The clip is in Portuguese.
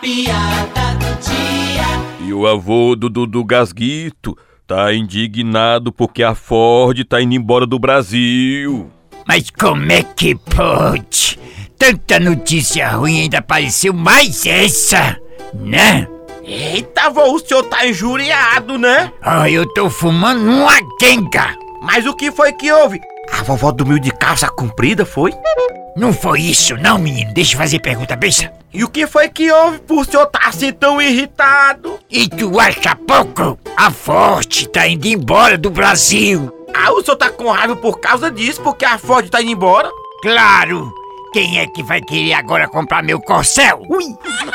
piada do dia. E o avô do Dudu Gasguito tá indignado porque a Ford tá indo embora do Brasil. Mas como é que pode? Tanta notícia ruim ainda apareceu mais essa, né? Eita, vô, o senhor tá injuriado, né? Ah, eu tô fumando uma quenga. Mas o que foi que houve? A vovó dormiu de calça comprida, foi? Não foi isso não, menino. Deixa eu fazer pergunta besta. E o que foi que houve pro senhor tá assim tão irritado? E tu acha pouco? A Forte tá indo embora do Brasil. Ah, o senhor tá com raiva por causa disso, porque a Ford tá indo embora? Claro. Quem é que vai querer agora comprar meu corcel? Ui!